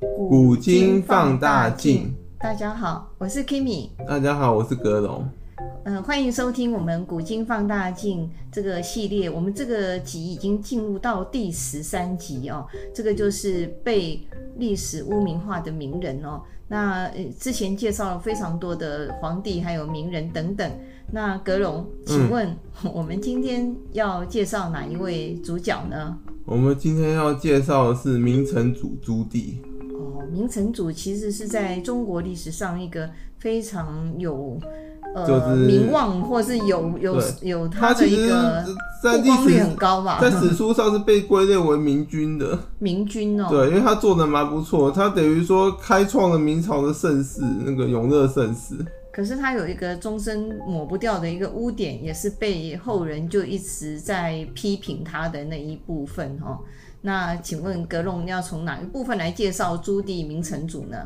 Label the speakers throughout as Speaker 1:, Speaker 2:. Speaker 1: 古今放大镜。
Speaker 2: 大家好，我是 Kimi，
Speaker 1: 大家好，我是格龙。
Speaker 2: 嗯、呃，欢迎收听我们《古今放大镜》这个系列。我们这个集已经进入到第十三集哦，这个就是被历史污名化的名人哦。那呃之前介绍了非常多的皇帝，还有名人等等。那格龙，
Speaker 1: 嗯
Speaker 2: 请问、我们今天要介绍哪一位主角呢？
Speaker 1: 我们今天要介绍的是明成祖朱棣。
Speaker 2: 哦，明成祖其实是
Speaker 1: 嗯
Speaker 2: 在中国历史上一个非常有呃、
Speaker 1: 就是
Speaker 2: 名望，或是有有有
Speaker 1: 他
Speaker 2: 的
Speaker 1: 其
Speaker 2: 一
Speaker 1: 实
Speaker 2: 个
Speaker 1: 在
Speaker 2: 曝
Speaker 1: 历
Speaker 2: 光率很
Speaker 1: 史
Speaker 2: 高吧？
Speaker 1: 在史书上是被归类为明君的，
Speaker 2: 明君哦，
Speaker 1: 对，因为他做的蛮不错，他等于说开创了明朝的盛世，那个永乐盛世。
Speaker 2: 可是他有一个终身抹不掉的一个污点，也是被后人就一直在批评他的那一部分哦。那请问格隆要从哪一部分来介绍朱棣明成祖呢？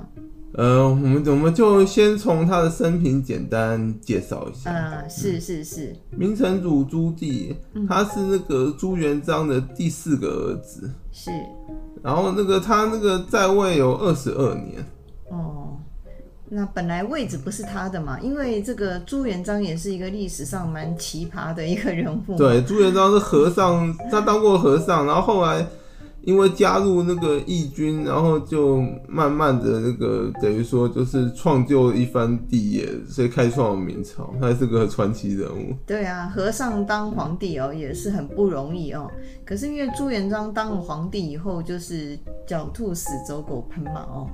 Speaker 1: 呃，我们我们就先从他的生平简单介绍一下。
Speaker 2: 呃，是是是，
Speaker 1: 明成祖朱棣，
Speaker 2: 嗯
Speaker 1: 他是那个朱元璋的第四个儿子，
Speaker 2: 是
Speaker 1: 然后那个他那个在位有二十二年，
Speaker 2: 哦。那本来位置不是他的嘛，因为这个朱元璋也是一个历史上蛮奇葩的一个人物。
Speaker 1: 对，朱元璋是和尚，他当过和尚，然后后来因为加入那个义军，然后就慢慢的那个等于说就是创就一番帝业，所以开创了明朝，他是个传奇人物。
Speaker 2: 对啊，和尚当皇帝哦，也是很不容易哦。可是因为朱元璋当了皇帝以后，就是狡兔死，走狗烹嘛哦，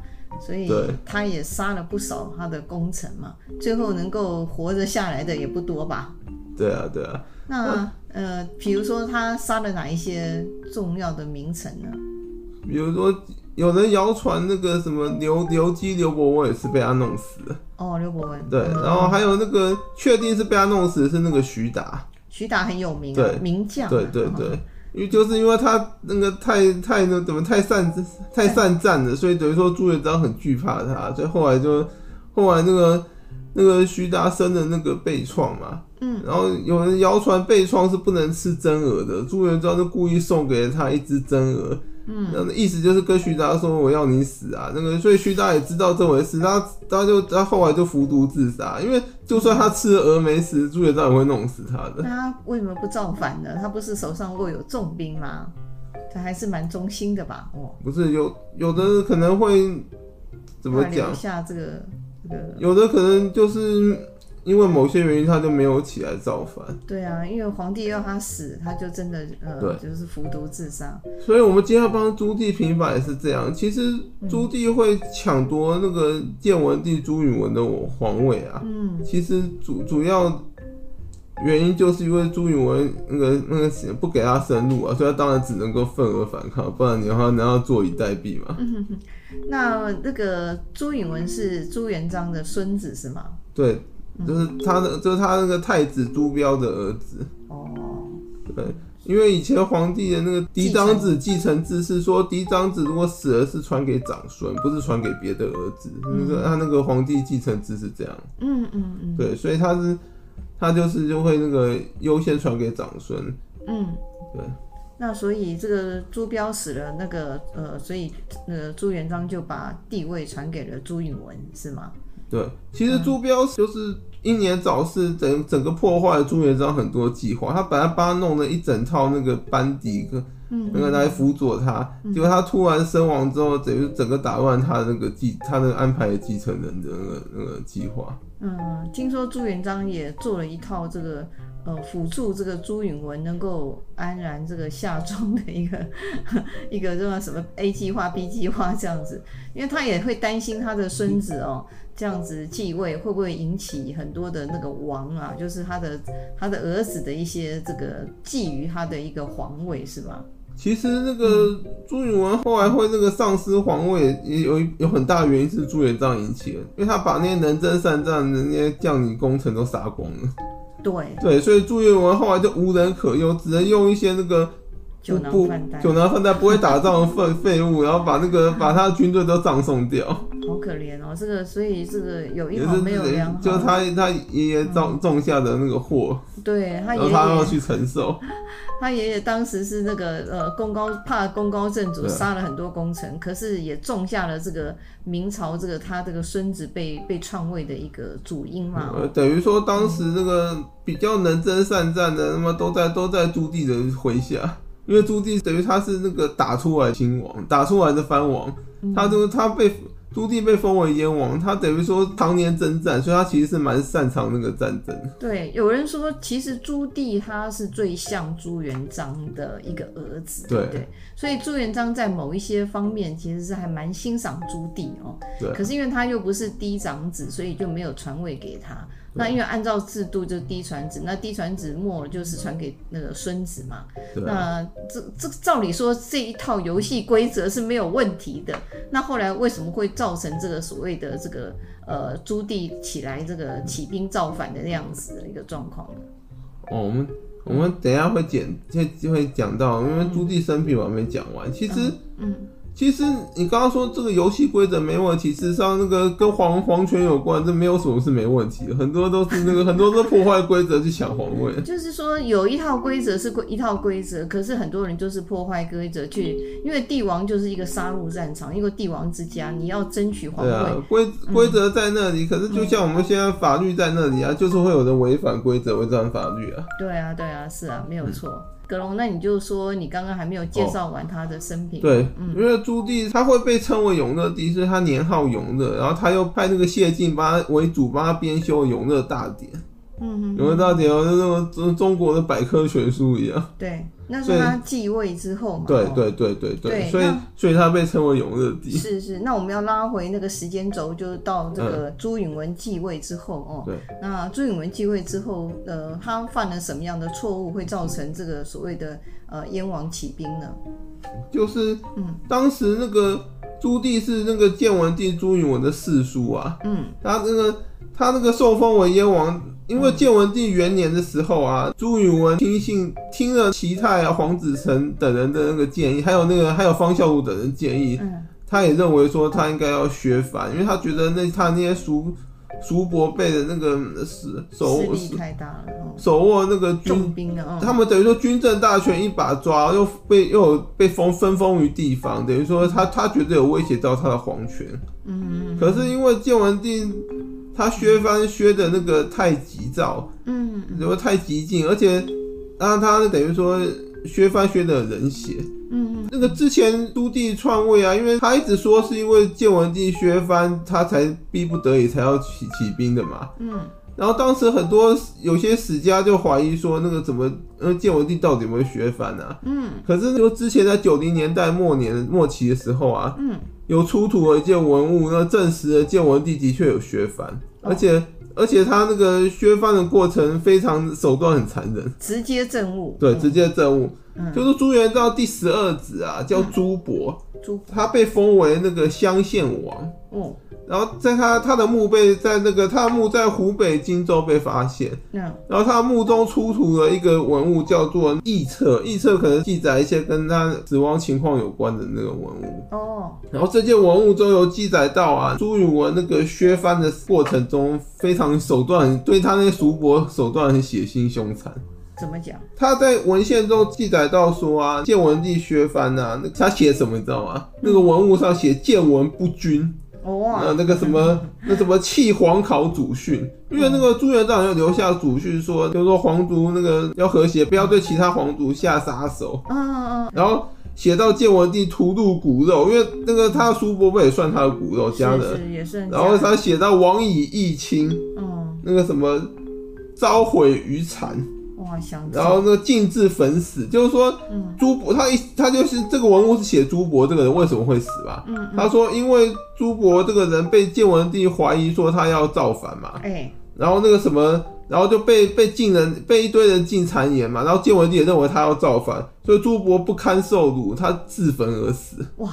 Speaker 2: 所以
Speaker 1: 对
Speaker 2: 他也杀了不少他的功臣嘛。最后能够活着下来的也不多吧？
Speaker 1: 对啊，对啊，
Speaker 2: 那呃，比如说他杀了哪一些重要的名臣呢？
Speaker 1: 比如说有人谣传那个什么刘刘基、刘伯温也是被他弄死的，
Speaker 2: 哦，刘伯温，
Speaker 1: 对，
Speaker 2: 嗯
Speaker 1: 然后还有那个确定是被他弄死的是那个徐达，
Speaker 2: 徐达很有名、啊，
Speaker 1: 对
Speaker 2: 名将、啊，
Speaker 1: 对对
Speaker 2: 哦
Speaker 1: 对，因为就是因为他那个太太那怎么太善太善战了，所以等于说朱元璋很惧怕他，所以后来就后来那个那个徐达生的那个被创嘛，
Speaker 2: 嗯，
Speaker 1: 然后有人谣传被创是不能吃真鹅的，朱元璋就故意送给了他一只真鹅。嗯，那意思就是跟徐达说我要你死啊，那个所以徐达也知道这回事，他他就他后来就服毒自杀，因为就算他吃了鹅没死，朱元璋也会弄死他的。
Speaker 2: 那他为什么不造反呢？他不是手上握有重兵吗？他还是蛮忠心的吧？哦，
Speaker 1: 不是有有的可能会怎么
Speaker 2: 怕留
Speaker 1: 讲？
Speaker 2: 下这个这个，
Speaker 1: 有的可能就是因为某些原因，他就没有起来造反。
Speaker 2: 对啊，因为皇帝要他死，他就真的呃，
Speaker 1: 对
Speaker 2: 就是服毒自杀。
Speaker 1: 所以，我们今天要帮朱棣平反也是这样。其实，朱棣会抢夺那个建文帝朱允炆的皇位啊。
Speaker 2: 嗯，
Speaker 1: 其实主主要原因就是因为朱允炆那个那个不给他生路啊，所以他当然只能够愤而反抗，不然你要难道坐以待毙嘛？
Speaker 2: 那那个朱允炆是朱元璋的孙子是吗？
Speaker 1: 对，就是他的，就是他那个太子朱标的儿子。
Speaker 2: 哦，
Speaker 1: 对，因为以前皇帝的那个嫡长子继承制是说，嫡长子如果死了是传给长孙，不是传给别的儿子。那个、他那个皇帝继承制是这样，
Speaker 2: 嗯嗯嗯
Speaker 1: 对，所以他是他就是就会那个优先传给长孙。
Speaker 2: 嗯，
Speaker 1: 对。
Speaker 2: 那所以这个朱标死了，那个呃，所以呃朱元璋就把地位传给了朱允炆是吗？
Speaker 1: 对，其实朱标就是英年早逝，整整个破坏了朱元璋很多计划。他本来帮他弄了一整套那个班底，
Speaker 2: 嗯
Speaker 1: 那个来辅佐他，结果他突然身亡之后，等于整个打乱他的那个继他的安排的继承人的那个那个计划。
Speaker 2: 嗯，听说朱元璋也做了一套这个呃辅助这个朱允炆能够安然这个下庄的一个 一个这个什么 A 计划、B 计划这样子，因为他也会担心他的孙子哦这样子继位会不会引起很多的那个王啊，就是他的他的儿子的一些这个觊觎他的一个皇位是吧？
Speaker 1: 其实那
Speaker 2: 嗯
Speaker 1: 个朱允炆后来会那个丧失皇位，也有一有很大原因是朱元璋引起的，因为他把那些能征善战的那些将领功臣都杀光了。
Speaker 2: 对，
Speaker 1: 对，所以朱允炆后来就无人可用，只能用一些那个
Speaker 2: 酒囊
Speaker 1: 不
Speaker 2: 饭袋，
Speaker 1: 酒囊饭袋不会打仗的废废物，然后把 那个把他的军队都葬送掉。
Speaker 2: 好可怜哦，这个所以这个有一
Speaker 1: 也
Speaker 2: 好
Speaker 1: 是
Speaker 2: 没有两好，
Speaker 1: 就是他他爷爷种种下的那个祸，
Speaker 2: 对他
Speaker 1: 然
Speaker 2: 爷
Speaker 1: 后
Speaker 2: 爷
Speaker 1: 他要去承受。
Speaker 2: 他爷爷当时是那个呃功高怕功高震主，
Speaker 1: 对啊
Speaker 2: 杀了很多功臣，可是也种下了这个明朝这个他这个孙子被被篡位的一个主因嘛。
Speaker 1: 呃，等于说当时那个比较能征善战的，那么都在都在朱棣的麾下，因为朱棣等于他是那个打出来的亲王，打出来的藩王，
Speaker 2: 嗯
Speaker 1: 他就他被朱棣被封为燕王，他等于说常年征战，所以他其实是蛮擅长那个战争。
Speaker 2: 对，有人说其实朱棣他是最像朱元璋的一个儿子，
Speaker 1: 对
Speaker 2: 不对？所以朱元璋在某一些方面其实是还蛮欣赏朱棣哦。
Speaker 1: 对
Speaker 2: 可是因为他又不是嫡长子，所以就没有传位给他。那因为按照制度就是嫡传子，那嫡传子末了就是传给那个孙子嘛。
Speaker 1: 对啊，
Speaker 2: 那这这照理说这一套游戏规则是没有问题的，那后来为什么会造成这个所谓的这个呃朱棣起来这个呃起兵造反的那样子的一个状况呢？
Speaker 1: 哦，我们我们等一下会讲会会讲到，因为朱棣生平我还没讲完，其实。
Speaker 2: 嗯，
Speaker 1: 其实你刚刚说这个游戏规则没问题，事实上那个跟皇皇权有关，这没有什么是没问题的，很多都是那个很多都破坏规则去抢皇位。
Speaker 2: 就是说有一套规则是规一套规则，可是很多人就是破坏规则去，因为帝王就是一个杀戮战场，一个帝王之家，你要争取皇
Speaker 1: 对
Speaker 2: 位，
Speaker 1: 啊，规规则在那里，可是就像我们现在法律在那里啊，就是会有人违反规则、违反法律啊。
Speaker 2: 对啊，对啊，是啊，没有错。
Speaker 1: 嗯
Speaker 2: 格隆，那你就说你刚刚还没有介绍完他的生平，
Speaker 1: 对，因为朱棣他会被称为永乐帝，是他年号永乐，然后他又派那个谢晋帮他为主帮他编修永乐大典，
Speaker 2: 嗯哼。
Speaker 1: 永乐大典哦，就那种中中国的百科全书一样。
Speaker 2: 对，那时候
Speaker 1: 所以
Speaker 2: 他继位之后嘛，
Speaker 1: 对
Speaker 2: 哦
Speaker 1: 对对对对，
Speaker 2: 对
Speaker 1: 所以
Speaker 2: 那
Speaker 1: 所以他被称为永乐 帝。
Speaker 2: 是是。那我们要拉回那个时间轴，就到这个朱允文继位之后哦。
Speaker 1: 嗯对。
Speaker 2: 那朱允文继位之后，呃，他犯了什么样的错误，会造成这个所谓的呃燕王起兵呢？
Speaker 1: 就是
Speaker 2: 嗯
Speaker 1: 当时那个朱棣是那个建文帝朱允文的世叔啊，
Speaker 2: 嗯，
Speaker 1: 他那个他那个受封为燕王，因为建文帝元年的时候啊，朱允文听信听了齐泰啊、黄子成等人的那个建议，还有那个还有方孝孺等人建议，
Speaker 2: 嗯
Speaker 1: 他也认为说他应该要削藩，因为他觉得那他那些叔叔伯辈的那个手手
Speaker 2: 势力太大了，哦，
Speaker 1: 手握那个军
Speaker 2: 重兵了，哦，
Speaker 1: 嗯他们等于说军政大权一把抓，又被又有被封分封于地方，等于说他他绝对有威胁到他的皇权。
Speaker 2: 嗯
Speaker 1: 可是因为建文帝他削藩削的那个太急躁，
Speaker 2: 嗯嗯
Speaker 1: 然后太激进，而且让他等于说削藩削的人血。
Speaker 2: 嗯
Speaker 1: 那个之前朱棣篡位啊，因为他一直说是因为建文帝削藩，他才逼不得已才要起起兵的嘛。
Speaker 2: 嗯，
Speaker 1: 然后当时很多有些史家就怀疑说，那个怎么，呃，建文帝到底有没有削藩啊？
Speaker 2: 嗯，
Speaker 1: 可是就之前在九零年代末年末期的时候啊，
Speaker 2: 嗯，
Speaker 1: 有出土了一件文物，那证实了建文帝的确有削藩，而且而且他那个削藩的过程非常手段很残忍，
Speaker 2: 直接政务，
Speaker 1: 对，
Speaker 2: 嗯
Speaker 1: 直接证物，
Speaker 2: 嗯
Speaker 1: 就是朱元璋第十二子啊，叫朱博，
Speaker 2: 朱，
Speaker 1: 他被封为那个襄县王。
Speaker 2: 哦，
Speaker 1: 然后在他他的墓被在那个他的墓在湖北荆州被发现，
Speaker 2: 那
Speaker 1: 然后他墓中出土了一个文物，叫做臆册，臆册可能记载一些跟他死亡情况有关的那个文物。
Speaker 2: 哦，
Speaker 1: 然后这件文物中有记载到啊，朱允文那个削藩的过程中，非常手段很对他那个叔伯手段很血腥凶残。
Speaker 2: 怎么讲？
Speaker 1: 他在文献中记载到说啊，建文帝削藩呐、那他写什么你知道吗？那个文物上写建文不均，呃，
Speaker 2: 哦，
Speaker 1: 那个什么，那什么弃皇考祖训，因为那个朱元璋有留下祖训说，就说皇族那个要和谐，不要对其他皇族下杀手。
Speaker 2: 嗯嗯
Speaker 1: 然后写到建文帝屠戮骨肉，因为那个他叔伯伯也算他的骨肉
Speaker 2: 嗯，
Speaker 1: 家人。
Speaker 2: 是是也是很
Speaker 1: 然后
Speaker 2: 家人，
Speaker 1: 他写到王以义亲，
Speaker 2: 嗯，
Speaker 1: 那个什么召毁于产，
Speaker 2: 哇，想
Speaker 1: 然后那个禁至焚死，就是说
Speaker 2: 嗯
Speaker 1: 朱伯他一他就是这个文物是写朱伯这个人为什么会死吧？
Speaker 2: 嗯嗯，
Speaker 1: 他说，因为朱博这个人被建文帝怀疑说他要造反嘛，
Speaker 2: 哎，
Speaker 1: 然后那个什么，然后就被被晋人被一堆人进谗言嘛，然后建文帝也认为他要造反，所以朱博不堪受辱，他自焚而死。
Speaker 2: 哇！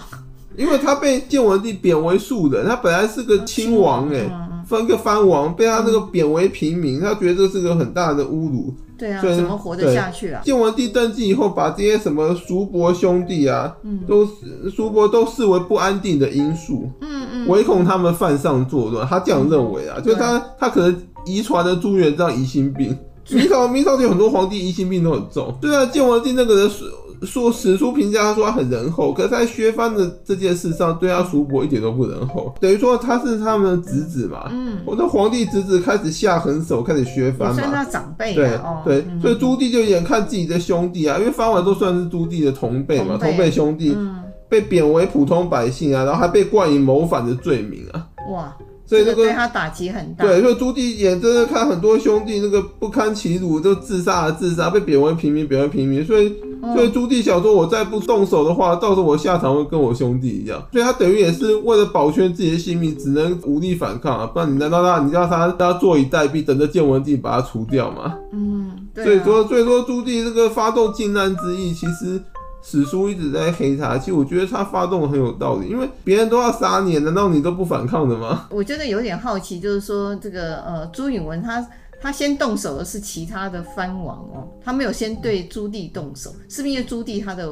Speaker 1: 因为他被建文帝贬为庶人，他本来是个亲王哎、
Speaker 2: 嗯嗯
Speaker 1: 分个藩王，被他那个贬为平民，他觉得这是个很大的侮辱。
Speaker 2: 对啊，
Speaker 1: 所以
Speaker 2: 怎么活得下去啊？
Speaker 1: 建文帝登基以后，把这些什么叔伯兄弟啊，都叔伯都视为不安定的因素。
Speaker 2: 嗯嗯，啊
Speaker 1: 唯恐他们犯上作乱，他这样认为啊，就他他可能遗传了朱元璋疑心病，明朝明朝有很多皇帝疑心病都很重，虽然建文帝那个人说说史书评价他说他很仁厚，可是在削藩的这件事上，对他叔伯一点都不仁厚，等于说他是他们的侄子嘛。
Speaker 2: 嗯，
Speaker 1: 我的皇帝侄子开始下狠手，开始削藩
Speaker 2: 也算
Speaker 1: 嘛。
Speaker 2: 他长辈
Speaker 1: 对
Speaker 2: 啊，哦，
Speaker 1: 对，
Speaker 2: 嗯
Speaker 1: 所以朱棣就眼看自己的兄弟啊，因为藩王都算是朱棣的同辈嘛，
Speaker 2: 同辈
Speaker 1: 同辈兄弟
Speaker 2: 嗯，
Speaker 1: 被贬为普通百姓啊，然后还被冠以谋反的罪名啊，
Speaker 2: 哇，
Speaker 1: 所以
Speaker 2: 这
Speaker 1: 那
Speaker 2: 个
Speaker 1: 个
Speaker 2: 对他打击很大，
Speaker 1: 对，所以朱棣眼睁睁看很多兄弟那个不堪其辱，就自杀了啊自杀，被贬为平民，贬为平民。所以，
Speaker 2: 嗯
Speaker 1: 所以朱棣想说，我再不动手的话，到时候我下场会跟我兄弟一样。所以他等于也是为了保全自己的性命，只能无力反抗啊！不然你难道让你让他让他坐以待毙，等着建文帝把他除掉吗？
Speaker 2: 嗯，对啊，
Speaker 1: 所以说，所以说朱棣这个发动靖难之役，其实史书一直在黑他。其实我觉得他发动得很有道理，因为别人都要杀你，难道你都不反抗的吗？
Speaker 2: 我觉得有点好奇，就是说这个呃，朱允文他他先动手的是其他的藩王哦，他没有先对朱棣动手，是不是因为朱棣他的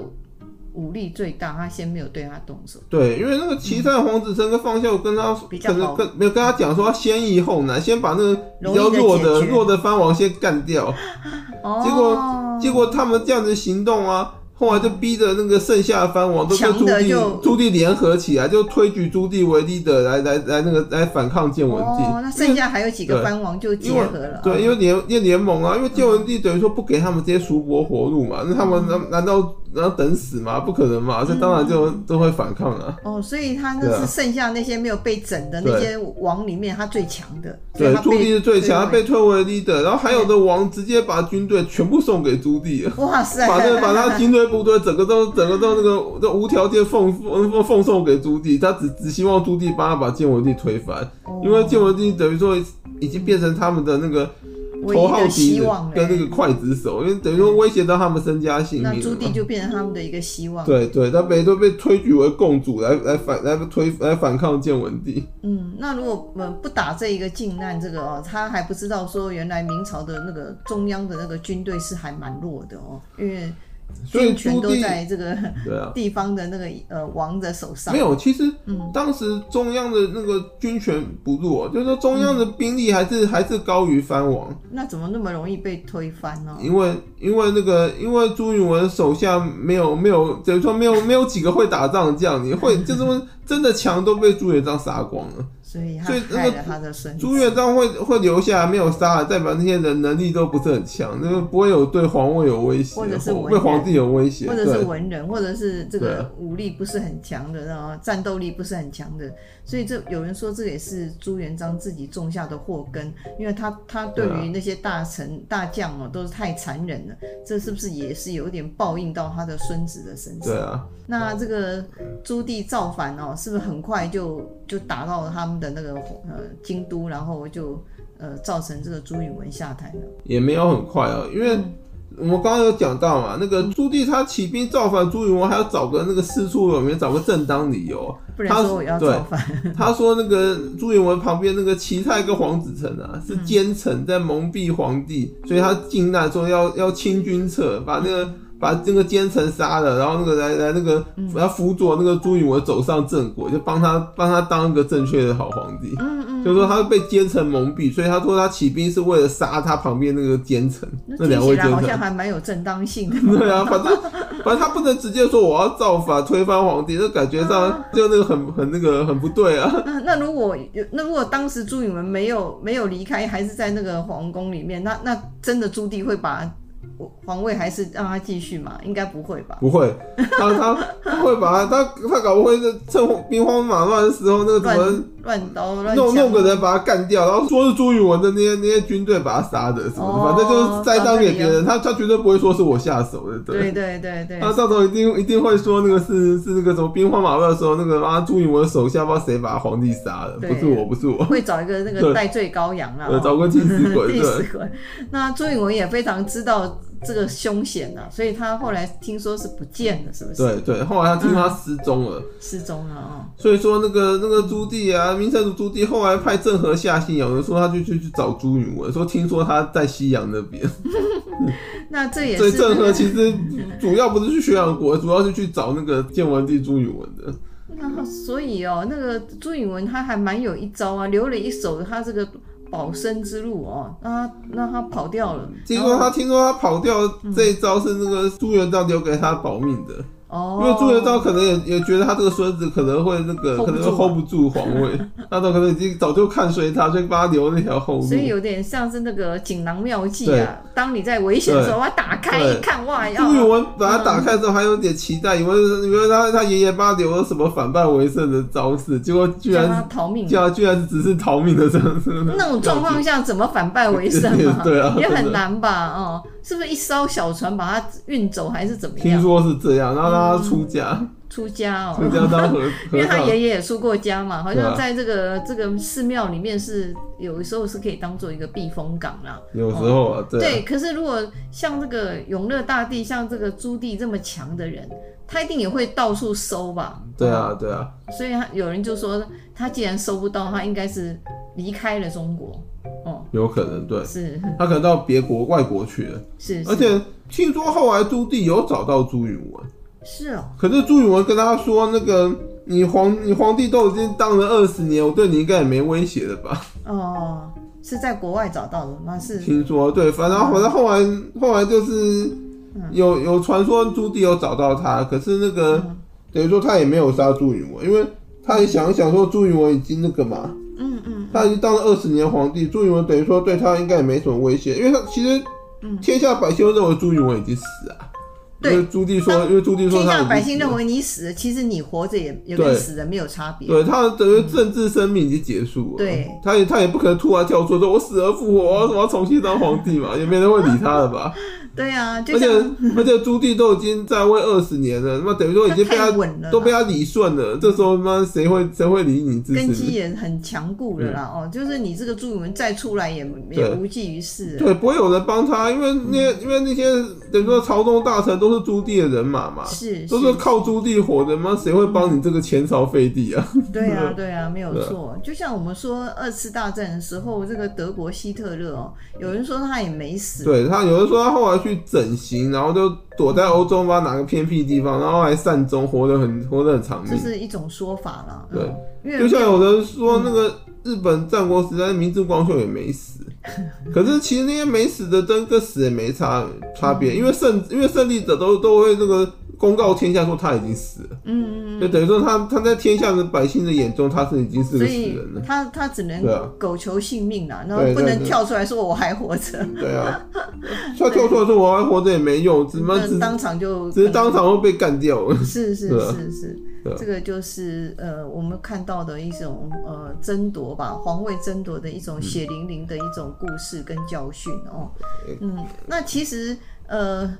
Speaker 2: 武力最大，他先没有对他动手？
Speaker 1: 对，因为那个齐善黄子成跟方孝跟他
Speaker 2: 嗯比较
Speaker 1: 可能
Speaker 2: 好
Speaker 1: 跟没有跟他讲说要先易后难，先把那个比
Speaker 2: 容易
Speaker 1: 较
Speaker 2: 地
Speaker 1: 弱的
Speaker 2: 解决
Speaker 1: 弱的藩王先干掉。
Speaker 2: 哦，
Speaker 1: 结果结果他们这样子行动啊，后来就逼着那个剩下的藩王都跟
Speaker 2: 强
Speaker 1: 朱
Speaker 2: 的
Speaker 1: 棣
Speaker 2: 就
Speaker 1: 朱棣联合起来，就推举朱棣为 leader 来来来那个来反抗建文帝。
Speaker 2: 哦，那剩下还有几个藩王就结合了，嗯
Speaker 1: 对，因为联因为联盟啊，因为建文帝等于说不给他们这些叔伯活路嘛，那他们难难道难道等死吗？不可能嘛，这当然就
Speaker 2: 嗯
Speaker 1: 都会反抗啊。
Speaker 2: 哦，所以他
Speaker 1: 对
Speaker 2: 那
Speaker 1: 啊
Speaker 2: 是剩下那些没有被整的
Speaker 1: 对
Speaker 2: 那些王里面，他最强的，所以
Speaker 1: 对
Speaker 2: 他，被
Speaker 1: 朱棣是最强，他
Speaker 2: 推
Speaker 1: 被推为 leader，然后还有的王直接把军队全部送给朱棣了，
Speaker 2: 为 哇塞，
Speaker 1: 把这把 他军队部队整个都整个都那个都无条件奉奉奉送给朱棣，他只只希望朱棣帮他把建文帝推翻，
Speaker 2: 哦
Speaker 1: 因为建文帝等于说已经变成他们的那个
Speaker 2: 唯
Speaker 1: 头
Speaker 2: 一
Speaker 1: 号
Speaker 2: 的
Speaker 1: 敌
Speaker 2: 希
Speaker 1: 人
Speaker 2: 望
Speaker 1: 跟那个
Speaker 2: 了。
Speaker 1: 刽子手，因为等于说威胁到他们身家性
Speaker 2: 那
Speaker 1: 命
Speaker 2: 朱
Speaker 1: 了
Speaker 2: 棣
Speaker 1: 嘛。
Speaker 2: 就变成他们的一个希望。
Speaker 1: 对对，他等于都被推举为共主来来反来推来反抗建文帝。
Speaker 2: 嗯，那如果呃不打这一个靖难这个哦，他还不知道说原来明朝的那个中央的那个军队是还蛮弱的哦，因为
Speaker 1: 所以
Speaker 2: 军
Speaker 1: 朱
Speaker 2: 权都
Speaker 1: 棣
Speaker 2: 在这个
Speaker 1: 对啊，
Speaker 2: 地方的那个呃王的手上
Speaker 1: 没。有，其实
Speaker 2: 嗯
Speaker 1: 当时中央的那个军权不弱，就是说中央的兵力还
Speaker 2: 嗯
Speaker 1: 是、还是高于藩王，
Speaker 2: 那怎么那么容易被推翻呢、
Speaker 1: 因为因为那个因为朱允文手下没有没有等于说没有没有几个会打仗的将领，会就是说真的强都被朱元璋杀光了，
Speaker 2: 所以他
Speaker 1: 所以那
Speaker 2: 害
Speaker 1: 个
Speaker 2: 了他的孙子。
Speaker 1: 朱元璋会会留下来没有杀了，代表那些人能力都不是很强，那个不会有对皇位有威胁，
Speaker 2: 或者是文
Speaker 1: 对
Speaker 2: 人
Speaker 1: 皇帝有威胁，
Speaker 2: 或者是
Speaker 1: 对
Speaker 2: 文人，或者是这
Speaker 1: 对
Speaker 2: 个
Speaker 1: 啊
Speaker 2: 武力不是很强的，然后战斗力不是很强的，所以这有人说这也是朱元璋自己种下的祸根，因为他他对
Speaker 1: 对啊
Speaker 2: 于那些大臣、大将哦都是太残忍了，这是不是也是有点报应到他的孙子的身上？
Speaker 1: 对啊，
Speaker 2: 那这个朱棣造反哦，是不是很快就就打到他们的那个呃京都，然后就呃造成这个朱允文下台了？
Speaker 1: 也没有很快啊，因为。我们刚刚有讲到嘛，那个朱棣他起兵造反朱允炆，还要找个那个事出有名，找个正当理由。
Speaker 2: 不然说我要造反，
Speaker 1: 他说那个朱允炆旁边那个齐泰跟黄子成啊
Speaker 2: 嗯
Speaker 1: 是奸臣，在蒙蔽皇帝，所以他靖难说要要清君侧，把那
Speaker 2: 嗯
Speaker 1: 个把这个奸臣杀了，然后那个来来那个来辅佐那个朱允炆走上正轨，就帮他帮他当一个正确的好皇帝。
Speaker 2: 嗯嗯，
Speaker 1: 就是说他被奸臣蒙蔽，所以他说他起兵是为了杀他旁边那个奸臣，
Speaker 2: 那
Speaker 1: 那
Speaker 2: 听
Speaker 1: 两
Speaker 2: 起
Speaker 1: 位
Speaker 2: 来
Speaker 1: 奸
Speaker 2: 好
Speaker 1: 臣
Speaker 2: 像。还蛮有正当性的。
Speaker 1: 对啊，反正反正他不能直接说我要造反推翻皇帝，那感觉
Speaker 2: 啊
Speaker 1: 上就那个很很那个很不对啊。
Speaker 2: 那那如果有那如果当时朱允炆没有没有离开，还是在那个皇宫里面，那那真的朱棣会把皇位还是让他继续吗？应该不会吧？
Speaker 1: 不会，他他他会把他他他搞不会是趁兵荒马乱的时候，那个
Speaker 2: 乱
Speaker 1: 怎么
Speaker 2: 乱刀乱
Speaker 1: 弄
Speaker 2: 枪啊
Speaker 1: 弄个人把他干掉，然后说是朱允炆的那些那些军队把他杀的什么的，
Speaker 2: 哦
Speaker 1: 反正就是栽赃给别人，他他绝对不会说是我下手的，
Speaker 2: 对
Speaker 1: 对。
Speaker 2: 对对对，
Speaker 1: 他到时候一定一定会说那个是是那个什么兵荒马乱的时候，那个妈朱允炆手下不知道谁把皇帝杀了，
Speaker 2: 对哦
Speaker 1: 不是我，不是我，
Speaker 2: 会找一个那
Speaker 1: 对
Speaker 2: 个戴罪羔羊啦。
Speaker 1: 呃，
Speaker 2: 哦
Speaker 1: 找个替 死鬼，
Speaker 2: 第
Speaker 1: 对。
Speaker 2: 四个，那朱允炆也非常知道这个凶险呐、所以他后来听说是不见了，是不是？
Speaker 1: 对对，后来他
Speaker 2: 嗯
Speaker 1: 听说他失踪了，
Speaker 2: 失踪了哦。
Speaker 1: 所以说那个那个朱棣啊，明成祖朱棣后来派郑和下西洋，有人说他就去去找朱允炆，说听说他在西洋那边，
Speaker 2: 那这也
Speaker 1: 所以
Speaker 2: 是
Speaker 1: 郑和其实主要不是去学洋国，主要是去找那个建文帝朱允炆的。
Speaker 2: 那所以哦，那个朱允文他还蛮有一招啊，留了一手他这个保身之路哦，那他那他跑掉了，
Speaker 1: 听
Speaker 2: 然
Speaker 1: 说
Speaker 2: 后
Speaker 1: 他听说他跑掉这一招是那个朱元璋留给他保命的，
Speaker 2: 哦，
Speaker 1: 因为朱元璋可能也也觉得他这个孙子可能会那个
Speaker 2: hold
Speaker 1: 可
Speaker 2: 不
Speaker 1: 能
Speaker 2: 住
Speaker 1: 会
Speaker 2: 啊
Speaker 1: hold 不住皇位，他都可能已经早就看衰他，所以帮他留那条后路。
Speaker 2: 所以有点像是那个锦囊妙计啊。当你在危险的时候，我要打开
Speaker 1: 对
Speaker 2: 一看，哇，要
Speaker 1: 朱允文把他打开之后还有点期待，以为是以为他他爷爷帮他留了什么反败为胜的招式，结果居
Speaker 2: 叫他
Speaker 1: 然
Speaker 2: 逃命。
Speaker 1: 居然居然只是逃命的这样子。
Speaker 2: 那种状况下怎么反败为胜啊？
Speaker 1: 对啊
Speaker 2: 也
Speaker 1: 真的
Speaker 2: 很难吧？哦，是不是一艘小船把他运走，还是怎么
Speaker 1: 听
Speaker 2: 样？
Speaker 1: 说是这样，然后让他出家，
Speaker 2: 出家哦
Speaker 1: 出，家当和
Speaker 2: 因
Speaker 1: 和
Speaker 2: 为他
Speaker 1: 尚。
Speaker 2: 爷爷也出过家嘛，好
Speaker 1: 对啊
Speaker 2: 像在这个这个寺庙里面是有时候是可以当做一个避风港啦。
Speaker 1: 有时候啊，对啊
Speaker 2: 对，可是如果像这个永乐大帝、像这个朱棣这么强的人，他一定也会到处搜吧？
Speaker 1: 对啊，对啊，
Speaker 2: 所以他有人就说，他既然收不到，他应该是离开了中国。哦，
Speaker 1: 有可能对，
Speaker 2: 是
Speaker 1: 他可能到别国外国去了。
Speaker 2: 是，
Speaker 1: 而
Speaker 2: 是
Speaker 1: 且听说后来朱棣有找到朱允文，
Speaker 2: 是哦，
Speaker 1: 可是朱允文跟他说：“那个你皇你皇帝都已经当了二十年，我对你应该也没威胁了吧
Speaker 2: 哦，是在国外找到的吗？？”是
Speaker 1: 听说对，反正反正后来后来就是
Speaker 2: 嗯
Speaker 1: 有有传说朱棣有找到他，可是那个、
Speaker 2: 嗯
Speaker 1: 等于说他也没有杀朱允文，因为他也想一想说朱允文已经那个嘛，
Speaker 2: 嗯嗯，
Speaker 1: 他已经当了二十年皇帝，朱允炆等于说对他应该也没什么威胁，因为他其实天下百姓都认为朱允炆已经死啊。
Speaker 2: 嗯对
Speaker 1: 因为朱棣说，因为朱棣说
Speaker 2: 天
Speaker 1: 他已
Speaker 2: 下
Speaker 1: 经
Speaker 2: 百姓
Speaker 1: 死了
Speaker 2: 认为你死了，其实你活着也也
Speaker 1: 对
Speaker 2: 跟死人没有差别。
Speaker 1: 对他等于政治生命已经结束了，
Speaker 2: 对
Speaker 1: 他也他也不可能突然跳出来说“我死而复活，我要我要重新当皇帝嘛”，也没人会理他了吧？
Speaker 2: 对啊，就
Speaker 1: 而且
Speaker 2: 像
Speaker 1: 而且朱棣都已经在位二十年了，那么等于说已经被
Speaker 2: 他
Speaker 1: 他
Speaker 2: 太稳了啦，
Speaker 1: 都被他理顺了，这时候妈谁会谁会理你支持
Speaker 2: 根
Speaker 1: 你？
Speaker 2: 基也很强固了啦。哦，就是你这个朱允炆再出来也也
Speaker 1: 对
Speaker 2: 无济于事啊了。
Speaker 1: 对，不会有人帮他，因为那、
Speaker 2: 嗯
Speaker 1: 因为那些等于说朝中大臣都是朱棣的人马嘛，
Speaker 2: 是
Speaker 1: 啊都是靠朱棣活的吗？谁会帮你这个前朝废帝啊？
Speaker 2: 对啊，对啊，没有错。就像我们说二次大战的时候，这个德国希特勒哦，有人说他也没死，
Speaker 1: 嗯对他，有人说他后来去整形，然后就躲在欧洲吧，哪个偏僻地方，然后还善终，活得很活得很长
Speaker 2: 这
Speaker 1: 命。
Speaker 2: 嗯是一种说法啦。
Speaker 1: 对
Speaker 2: 嗯，因
Speaker 1: 就
Speaker 2: 为
Speaker 1: 像有人说
Speaker 2: 嗯
Speaker 1: 那个日本战国时代明治光秀也 没死，可是其实那些没死的跟跟死也没差差
Speaker 2: 嗯
Speaker 1: 别，因为胜因为胜利者都都会那个公告天下说他已经死了。
Speaker 2: 嗯嗯
Speaker 1: 就等于说他他在天下的百姓的眼中，他是已经是
Speaker 2: 嗯，所
Speaker 1: 个死
Speaker 2: 以
Speaker 1: 人了。
Speaker 2: 他他只能
Speaker 1: 对啊
Speaker 2: 苟求性命啦，然
Speaker 1: 对
Speaker 2: 后不
Speaker 1: 对
Speaker 2: 能
Speaker 1: 对
Speaker 2: 跳出来说我还活着，
Speaker 1: 对啊，他跳出来说我还活着也没用，只么
Speaker 2: 那
Speaker 1: 只
Speaker 2: 当场就
Speaker 1: 只是
Speaker 2: 可能
Speaker 1: 当场会被干掉了。
Speaker 2: 是是
Speaker 1: 对啊
Speaker 2: 是是
Speaker 1: 对啊，
Speaker 2: 这个就是呃，我们看到的一种呃争夺吧，皇位争夺的一种血淋淋的一种故事跟教训哦。嗯，那其实呃，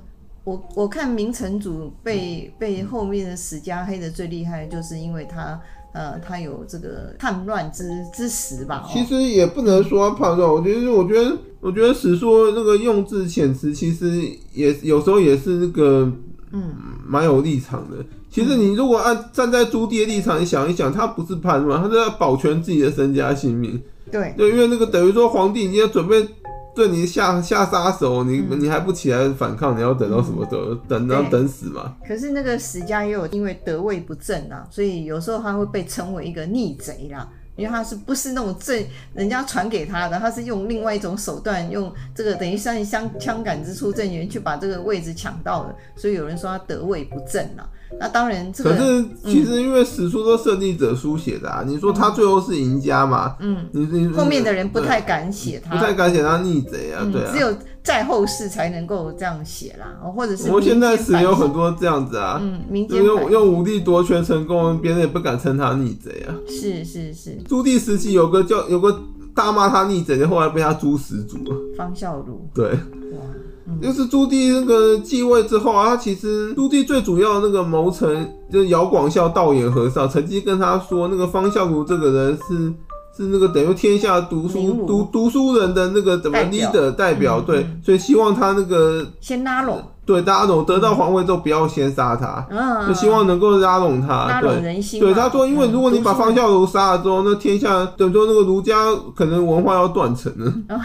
Speaker 2: 我我看明成祖被被后面的史家黑的最厉害，就是因为他呃，他有这个叛乱之之时吧。
Speaker 1: 其
Speaker 2: 哦，
Speaker 1: 实也不能说判断，我觉得我觉得我觉得史书那个用字遣词，其实也有时候也是那个嗯蛮有立场的。其实你如果按站在朱棣的立场，你想一想，他不是叛乱，他是要保全自己的身家性命。
Speaker 2: 对
Speaker 1: 对，因为那个等于说皇帝已经准备对你下下杀手，你、你还不起来反抗，你要等到什么时候？等到
Speaker 2: 嗯对
Speaker 1: 等死嘛？
Speaker 2: 可是那个史家也有因为得位不正啊，所以有时候他会被称为一个逆贼啦，因为他是不是那种正人家传给他的，他是用另外一种手段，用这个等于像枪枪杆子出政员去把这个位置抢到了，所以有人说他得位不正啊。那当然这
Speaker 1: 可
Speaker 2: 个
Speaker 1: 是其实因为史书都胜利者书写的啊，你说他最后是赢家嘛？
Speaker 2: 嗯，
Speaker 1: 你你
Speaker 2: 后面的人不
Speaker 1: 对
Speaker 2: 太敢写他
Speaker 1: 不。太敢写他逆贼啊，
Speaker 2: 嗯
Speaker 1: 对啊
Speaker 2: 只。有在后世才能够这样写啦，哦或者是
Speaker 1: 我现
Speaker 2: 民
Speaker 1: 在
Speaker 2: 间
Speaker 1: 史
Speaker 2: 版
Speaker 1: 有很多这样子啊，
Speaker 2: 嗯民
Speaker 1: 就
Speaker 2: 间版
Speaker 1: 用用武力夺权成功，别人也不敢称他逆贼啊。
Speaker 2: 是是是
Speaker 1: 朱棣时期有个叫有个大骂他逆贼的，后来被他诛十族了。
Speaker 2: 方孝孺
Speaker 1: 对，
Speaker 2: 哇，
Speaker 1: 就是朱棣那个继位之后啊，他其实朱棣最主要那个谋臣就是姚广孝道演和尚，曾经跟他说，那个方孝孺这个人是是那个等于天下读
Speaker 2: 名
Speaker 1: 书
Speaker 2: 儒
Speaker 1: 读读书人的那个怎么
Speaker 2: 代表
Speaker 1: leader 代表，
Speaker 2: 嗯
Speaker 1: 对，所以希望他那个
Speaker 2: 先拉拢，
Speaker 1: 对大家懂得到皇位之后不要先杀他，
Speaker 2: 嗯，
Speaker 1: 就希望能够拉拢他，
Speaker 2: 拉
Speaker 1: 啊对
Speaker 2: 拢。人心嘛。
Speaker 1: 对，他说，因为
Speaker 2: 嗯
Speaker 1: 如果你把方，孝孺杀了之后，那天下等于说那个儒家可能文化要断层了。
Speaker 2: 哦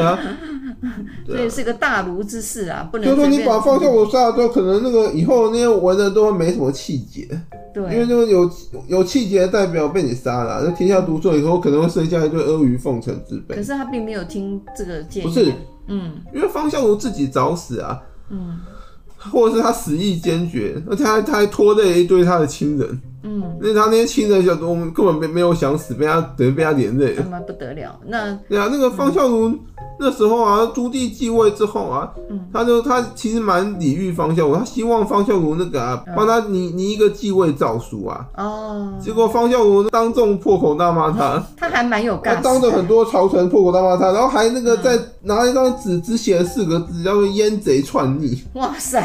Speaker 1: 啊，
Speaker 2: 读书人所以是个大儒之士啊，不能
Speaker 1: 就是说
Speaker 2: 随
Speaker 1: 你
Speaker 2: 便
Speaker 1: 把方向我杀了之后，可能那个以后那些文人都会没什么气节。因
Speaker 2: 对，
Speaker 1: 为那个有有气节的代表被你杀了啊、那天下独坐以后，可能会生下一对阿谀奉承之辈
Speaker 2: 可。是他并没有听这个建议，
Speaker 1: 不是，
Speaker 2: 嗯
Speaker 1: 因为方孝孺自己找死啊，
Speaker 2: 嗯
Speaker 1: 或者是他死意坚决，而且他还他还拖累了一堆他的亲人，
Speaker 2: 嗯，
Speaker 1: 因为他那些亲人想，我们根本没没有想死，被他等于被他连累
Speaker 2: 那
Speaker 1: 了。
Speaker 2: 么不得了，那
Speaker 1: 对啊，那个方孝孺那时候啊，朱棣继位之后啊，
Speaker 2: 嗯
Speaker 1: 他就他其实蛮礼遇方孝孺，他希望方孝孺那个啊，
Speaker 2: 嗯
Speaker 1: 帮他拟拟一个继位诏书啊。
Speaker 2: 哦，
Speaker 1: 结果方孝孺当众破口大骂他，
Speaker 2: 他还蛮有
Speaker 1: 他
Speaker 2: 尬，
Speaker 1: 当着很多朝臣破口大骂他，然后还那个在拿一张纸，只写了四个字，叫做“阉贼篡逆
Speaker 2: 哇塞，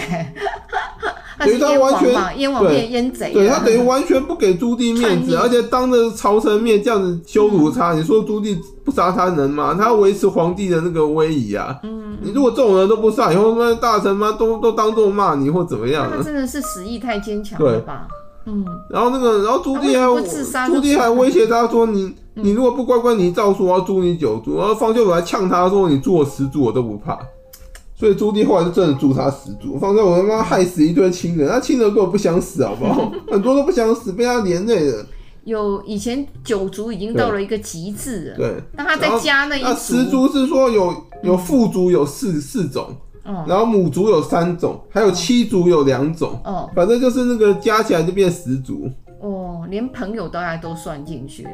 Speaker 2: 他
Speaker 1: 等于
Speaker 2: 是
Speaker 1: 他
Speaker 2: 燕
Speaker 1: 完
Speaker 2: 王
Speaker 1: 全
Speaker 2: 吧？燕王
Speaker 1: 对
Speaker 2: 变燕”，贼了，啊
Speaker 1: 对他等于完全不给朱棣面子，
Speaker 2: 哎篡逆嗯
Speaker 1: 而且当着朝臣面这样子羞辱他，你说朱棣不杀他能吗？他要维持皇帝的那个威仪啊！
Speaker 2: 嗯，
Speaker 1: 你如果这种人都不杀，以后他妈大臣妈都都当众骂你或怎么样
Speaker 2: 那他
Speaker 1: 呢？
Speaker 2: 真的是实力太坚强了
Speaker 1: 对
Speaker 2: 吧？嗯，
Speaker 1: 然后那个，然后朱棣还
Speaker 2: 他
Speaker 1: 有
Speaker 2: 为什么不自杀
Speaker 1: 朱棣还威胁他说你。
Speaker 2: 嗯
Speaker 1: 你如果不乖乖，你照说我要诛你九族。然后方秀文还呛他说：“你诛我十族，我都不怕。”所以朱棣后来就真的诛他十族。方秀文他妈害死一堆亲人，他亲人根本不想死，好不好？很多都不想死，被他连累了。
Speaker 2: 有以前九族已经到了一个极致了，
Speaker 1: 对，
Speaker 2: 那他再加那
Speaker 1: 那
Speaker 2: 一
Speaker 1: 十
Speaker 2: 族，
Speaker 1: 族是说有有父族有四四种，
Speaker 2: 嗯
Speaker 1: 然后母族有三种，还有妻族有两种，
Speaker 2: 哦
Speaker 1: 反正就是那个加起来就变十族。
Speaker 2: 哦，连朋友大家都算进去了，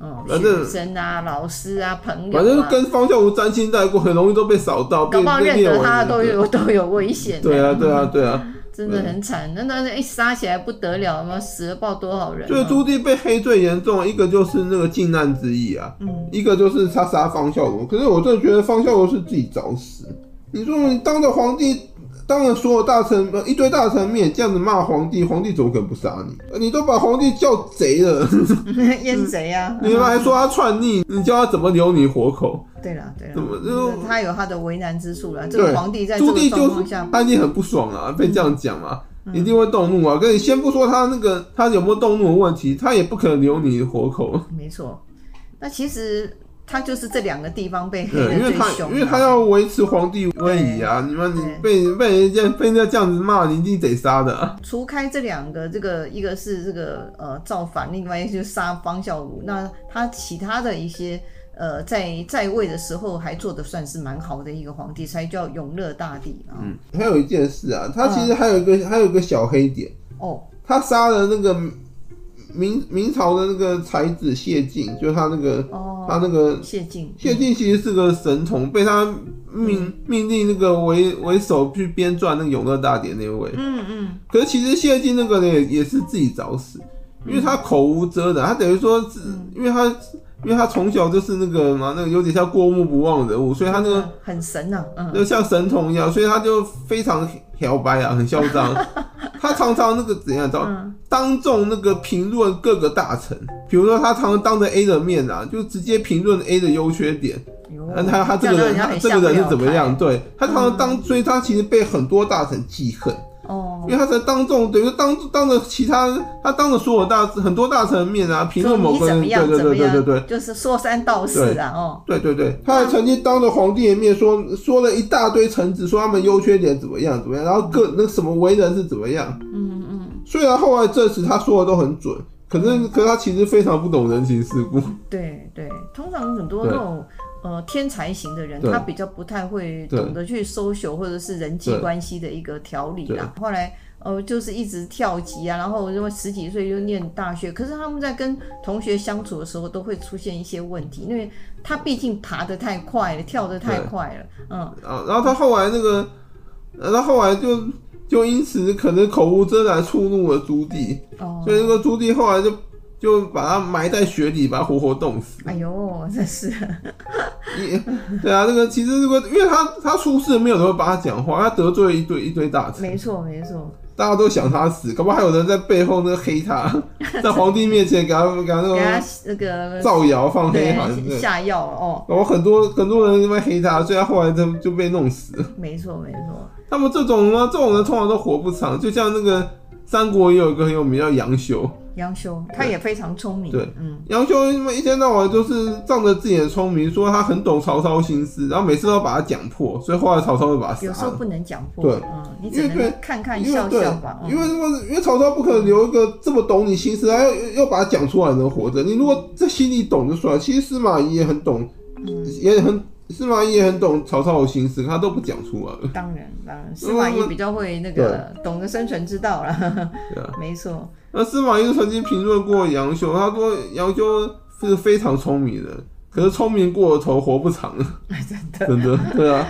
Speaker 2: 嗯，
Speaker 1: 反正
Speaker 2: 学生啊、老师啊、朋友、啊，
Speaker 1: 反正跟方孝孺沾亲带故，很容易都被扫到，被
Speaker 2: 搞不好
Speaker 1: 被
Speaker 2: 认
Speaker 1: 列为
Speaker 2: 得他都
Speaker 1: 那个
Speaker 2: 有 都有危险。
Speaker 1: 对啊，对啊，对啊，
Speaker 2: 真的很惨，那那那一杀起来不得了嘛，死了报多少人、啊？
Speaker 1: 所 以朱棣被黑最严重，一个就是那个靖难之役啊，
Speaker 2: 嗯，
Speaker 1: 一个就是他杀方孝孺。可是我真的觉得方孝孺是自己找死。你说你当着皇帝，当着所有大臣呃一堆大臣面这样子骂皇帝，皇帝怎么可能不杀你？呃你都把皇帝叫贼了，
Speaker 2: 淹贼啊！
Speaker 1: 你们还说他篡逆，你叫他怎么留你活口？
Speaker 2: 对了对了，
Speaker 1: 怎么就
Speaker 2: 他有他的为难之处了。这
Speaker 1: 对
Speaker 2: 个皇帝在这
Speaker 1: 朱
Speaker 2: 个
Speaker 1: 棣
Speaker 2: 状
Speaker 1: 就
Speaker 2: 况
Speaker 1: 是
Speaker 2: 下，嗯
Speaker 1: 他一定很不爽啊，被这样讲嘛，一定会动怒啊。跟你先不说他那个他有没有动怒的问题，他也不可能留你活口。
Speaker 2: 没错。那其实他就是这两个地方被黑
Speaker 1: 对，因
Speaker 2: 的
Speaker 1: 为
Speaker 2: 最
Speaker 1: 他
Speaker 2: 凶啊，
Speaker 1: 因为他要维持皇帝威仪啊，你们你被被人家被人家这样子骂，你一定得杀的啊、
Speaker 2: 除开这两个，这个一个是这个呃造反，另外一个就是杀方孝孺。那他其他的一些呃在在位的时候还做的算是蛮好的一个皇帝，才叫永乐大帝啊。
Speaker 1: 嗯，还有一件事啊，他其
Speaker 2: 嗯
Speaker 1: 实还有一个、还有一个小黑点，
Speaker 2: 哦，
Speaker 1: 他杀了那个明明朝的那个才子谢晋，就是他那个、
Speaker 2: 哦
Speaker 1: 他那个
Speaker 2: 谢晋，
Speaker 1: 谢晋其实是个神童，被他
Speaker 2: 嗯
Speaker 1: 命命令那个为为首去编撰那个永乐大典那位。
Speaker 2: 嗯嗯，
Speaker 1: 可是其实谢晋那个呢，也也是自己找死，
Speaker 2: 嗯
Speaker 1: 因为他口无遮拦，他等于说是，因为他因为他从小就是那个嘛，那个有点像过目不忘人物，所以他那个
Speaker 2: 嗯很神呐、嗯，
Speaker 1: 就像神童一样，所以他就非常漂白啊，很嚣 张。他常常那个怎样，当
Speaker 2: 嗯
Speaker 1: 当众那个评论各个大臣，比如说他常常当着 A 的面啊，就直接评论 A 的优缺点，
Speaker 2: 哟
Speaker 1: 那他他这
Speaker 2: 哦样
Speaker 1: 个
Speaker 2: 让
Speaker 1: 人
Speaker 2: 家
Speaker 1: 他
Speaker 2: 很
Speaker 1: 这
Speaker 2: 下不
Speaker 1: 个人
Speaker 2: 了
Speaker 1: 是怎么
Speaker 2: 台
Speaker 1: 样？对他常常
Speaker 2: 嗯
Speaker 1: 当，所以他其实被很多大臣记恨。
Speaker 2: 哦
Speaker 1: 因，为他在当众，等于说当当着其他，他当着所有大很多大臣的面啊，评论
Speaker 2: 说
Speaker 1: 某
Speaker 2: 你
Speaker 1: 个
Speaker 2: 怎
Speaker 1: 人，
Speaker 2: 么
Speaker 1: 对
Speaker 2: 样
Speaker 1: 对
Speaker 2: 怎么
Speaker 1: 对对对对
Speaker 2: 样，就是说三道四啊，哦，
Speaker 1: 对对对，他还曾经当着皇帝的面说说了一大堆臣子，说他们优缺点怎么样怎么样，然后各那什么为人是怎么样。
Speaker 2: 嗯嗯，
Speaker 1: 虽然后来证实他说的都很准，可是可是他其实非常不懂人情世故。
Speaker 2: 对对，通常很多
Speaker 1: 对
Speaker 2: 那种呃天才型的人，
Speaker 1: 对
Speaker 2: 他比较不太会
Speaker 1: 对
Speaker 2: 懂得去搜 o 或者是人际
Speaker 1: 对
Speaker 2: 关系的一个条理啊。后来呃就是一直跳级啊，然后因为十几岁就念大学，可是他们在跟同学相处的时候都会出现一些问题，因为他毕竟爬得太快了，跳得太
Speaker 1: 对
Speaker 2: 快了，嗯，
Speaker 1: 啊，然后他后来那个，呃他后来就就因此可能口无遮拦触怒了朱棣，
Speaker 2: 哦。
Speaker 1: 所以那个朱棣后来就就把他埋在雪里，把他活活冻死。
Speaker 2: 哎呦，真是，
Speaker 1: 也对啊，那个其实这个，因为他他出事没有人会帮他讲话，他得罪了一堆一堆大臣，
Speaker 2: 没错没错，
Speaker 1: 大家都想他死，搞不好还有人在背后那个黑他， 在皇帝面前给他给他那
Speaker 2: 给他
Speaker 1: 种
Speaker 2: 那个
Speaker 1: 呃造谣放黑函，
Speaker 2: 对
Speaker 1: 对。
Speaker 2: 下药哦，
Speaker 1: 然后很多很多人因为黑他，所以他后来他们就被弄死了。
Speaker 2: 没错没错，
Speaker 1: 他们这种呢，这种人通常都活不长，就像那个三国也有一个很有名叫杨修，
Speaker 2: 杨修，他也非常聪明。
Speaker 1: 对，
Speaker 2: 嗯，
Speaker 1: 杨修他妈一天到晚就是仗着自己的聪明，说他很懂曹操心思，然后每次都要把他讲破，所以后来曹操就把他
Speaker 2: 有时
Speaker 1: 杀
Speaker 2: 候
Speaker 1: 了。
Speaker 2: 不能讲破，
Speaker 1: 对
Speaker 2: 嗯，你
Speaker 1: 因
Speaker 2: 只
Speaker 1: 为对
Speaker 2: 能看看
Speaker 1: 因为
Speaker 2: 笑
Speaker 1: 对
Speaker 2: 笑吧，，
Speaker 1: 因
Speaker 2: 嗯，
Speaker 1: 为如果因为曹操不可能留一个这么懂你心思，还要要把他讲出来能活着。你如果在心里懂就算了，其实司马懿也很懂，
Speaker 2: 嗯
Speaker 1: 也很司马懿也很懂曹操的心思，他都不讲出来。
Speaker 2: 嗯当然当然，司马懿比较会那个懂得生存之道啦，
Speaker 1: 对啊，
Speaker 2: 没错，
Speaker 1: 那司马懿就曾经评论过杨修，他说杨修是非常聪明的人，可是聪明过了头活不长，
Speaker 2: 真的，
Speaker 1: 真的。对啊，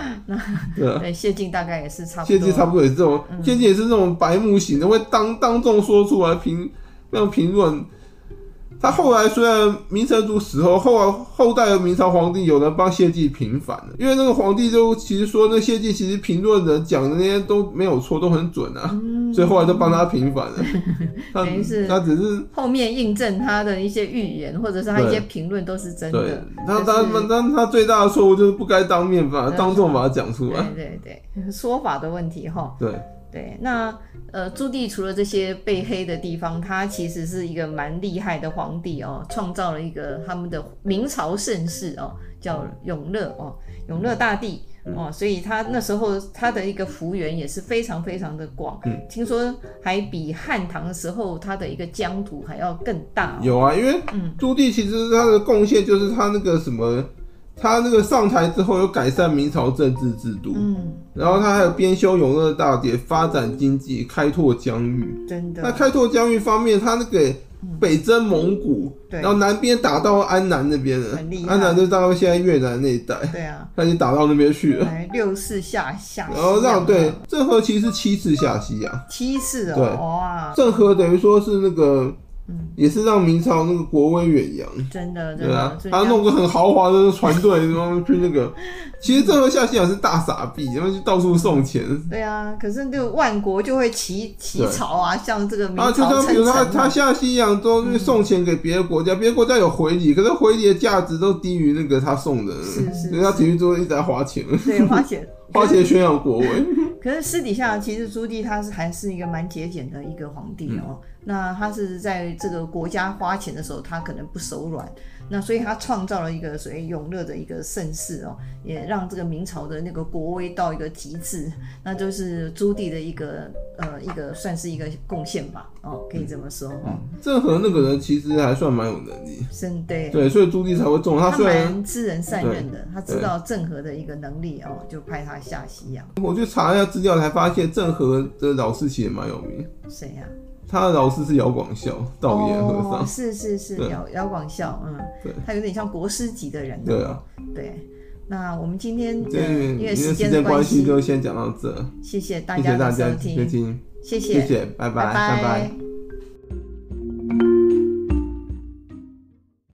Speaker 1: 对啊。
Speaker 2: 对，谢晋大概也是差不
Speaker 1: 谢
Speaker 2: 多，嗯
Speaker 1: 晋差不多也是这种，谢晋也是这种白目型的，会当当众说出来评那样评论。他后来虽然明成祖死后，后来后代的明朝皇帝有人帮谢晋平反了，因为那个皇帝就其实说那谢晋其实评论人讲的那些都没有错，都很准啊，所以后来就帮他平 反了。他
Speaker 2: 嗯等于是
Speaker 1: 他只是
Speaker 2: 后面印证他的一些预言，或者是他一些评论都是真
Speaker 1: 对
Speaker 2: 的，
Speaker 1: 他
Speaker 2: 就
Speaker 1: 他
Speaker 2: 是
Speaker 1: 他他最大的错误就是不该当面把
Speaker 2: 对
Speaker 1: 当众把它讲出来。
Speaker 2: 对对对，说法的问题哈。
Speaker 1: 对，
Speaker 2: 对，那呃，朱棣除了这些被黑的地方，他其实是一个蛮厉害的皇帝哦，创造了一个他们的明朝盛世哦，
Speaker 1: 嗯
Speaker 2: 叫永乐哦，永乐大帝哦，所以他那时候他的一个幅员也是非常非常的广，
Speaker 1: 嗯
Speaker 2: 听说还比汉唐的时候他的一个疆土还要更大哦、
Speaker 1: 有啊，因为朱棣其实他的贡献就是他那个什么，他那个上台之后有改善明朝政治制度，
Speaker 2: 嗯，
Speaker 1: 然后他还有编修永乐大典，发展经济，开拓疆域。
Speaker 2: 嗯真
Speaker 1: 那
Speaker 2: 的，
Speaker 1: 开拓疆域方面，他那个北征蒙古，
Speaker 2: 嗯对
Speaker 1: 然后南边打到安南那边了
Speaker 2: 很厉，害
Speaker 1: 安南就大概现在越南那一带，
Speaker 2: 对啊，
Speaker 1: 他已经打到那边去 了。
Speaker 2: 来六次下下西
Speaker 1: 然
Speaker 2: 洋啊，
Speaker 1: 后让对郑和其实是七次下西洋，
Speaker 2: 七次
Speaker 1: 对
Speaker 2: 哦，哇，
Speaker 1: 郑和等于说是那个，
Speaker 2: 嗯
Speaker 1: 也是让明朝那个国威远扬。
Speaker 2: 真的真
Speaker 1: 对啊
Speaker 2: 的，所，以
Speaker 1: 他
Speaker 2: 这样
Speaker 1: 弄个很豪华的船队，然后去 那个，其实郑和下西洋是大傻逼，然后就到处送钱。
Speaker 2: 对啊，可是就万国就会起起
Speaker 1: 对
Speaker 2: 潮啊，像这个明
Speaker 1: 啊，就
Speaker 2: 朝
Speaker 1: 像比
Speaker 2: 称嗯
Speaker 1: 如他
Speaker 2: 臣
Speaker 1: 他
Speaker 2: 嘛，
Speaker 1: 下西洋之后去送钱给别的国家，别的国家有回礼，可是回礼的价值都低于那个他送的，
Speaker 2: 是是
Speaker 1: 所以他体育桌一直在花钱，
Speaker 2: 对花钱。
Speaker 1: 花钱宣扬 国威。
Speaker 2: 可是私底下，其实朱棣他是还是一个蛮节俭的一个皇帝哦。
Speaker 1: 嗯
Speaker 2: 那他是在这个国家花钱的时候，他可能不手软，那所以他创造了一个所谓永乐的一个盛世哦，也让这个明朝的那个国威到一个极致，那就是朱棣的一个呃一个算是一个贡献吧，哦，可以这么说哦，
Speaker 1: 郑和那个人其实还算蛮有能力，
Speaker 2: 真嗯对。
Speaker 1: 对，所以朱棣才会中。他
Speaker 2: 他
Speaker 1: 虽然
Speaker 2: 蛮知人善任的，他知道郑和的一个能力哦，就派他下西洋。
Speaker 1: 我去查一下资料，才发现郑和的老师其实也蛮有名，
Speaker 2: 谁呀、
Speaker 1: 他的老师是姚广孝，道彦和尚
Speaker 2: 哦，。是是是，
Speaker 1: 对
Speaker 2: 姚姚广孝，嗯，
Speaker 1: 对
Speaker 2: 他有点像国师级的人哦。
Speaker 1: 对啊，
Speaker 2: 对。那我们今天
Speaker 1: 对，
Speaker 2: 呃因
Speaker 1: 因为
Speaker 2: 为
Speaker 1: 时
Speaker 2: 时间
Speaker 1: 间
Speaker 2: 关
Speaker 1: 关系
Speaker 2: 系，
Speaker 1: 就先讲到这，
Speaker 2: 谢谢大
Speaker 1: 谢
Speaker 2: 家
Speaker 1: 谢大
Speaker 2: 的
Speaker 1: 家
Speaker 2: 收
Speaker 1: 收
Speaker 2: 听，
Speaker 1: 听，
Speaker 2: 谢
Speaker 1: 谢
Speaker 2: 谢，
Speaker 1: 谢，拜拜，拜拜。
Speaker 2: 拜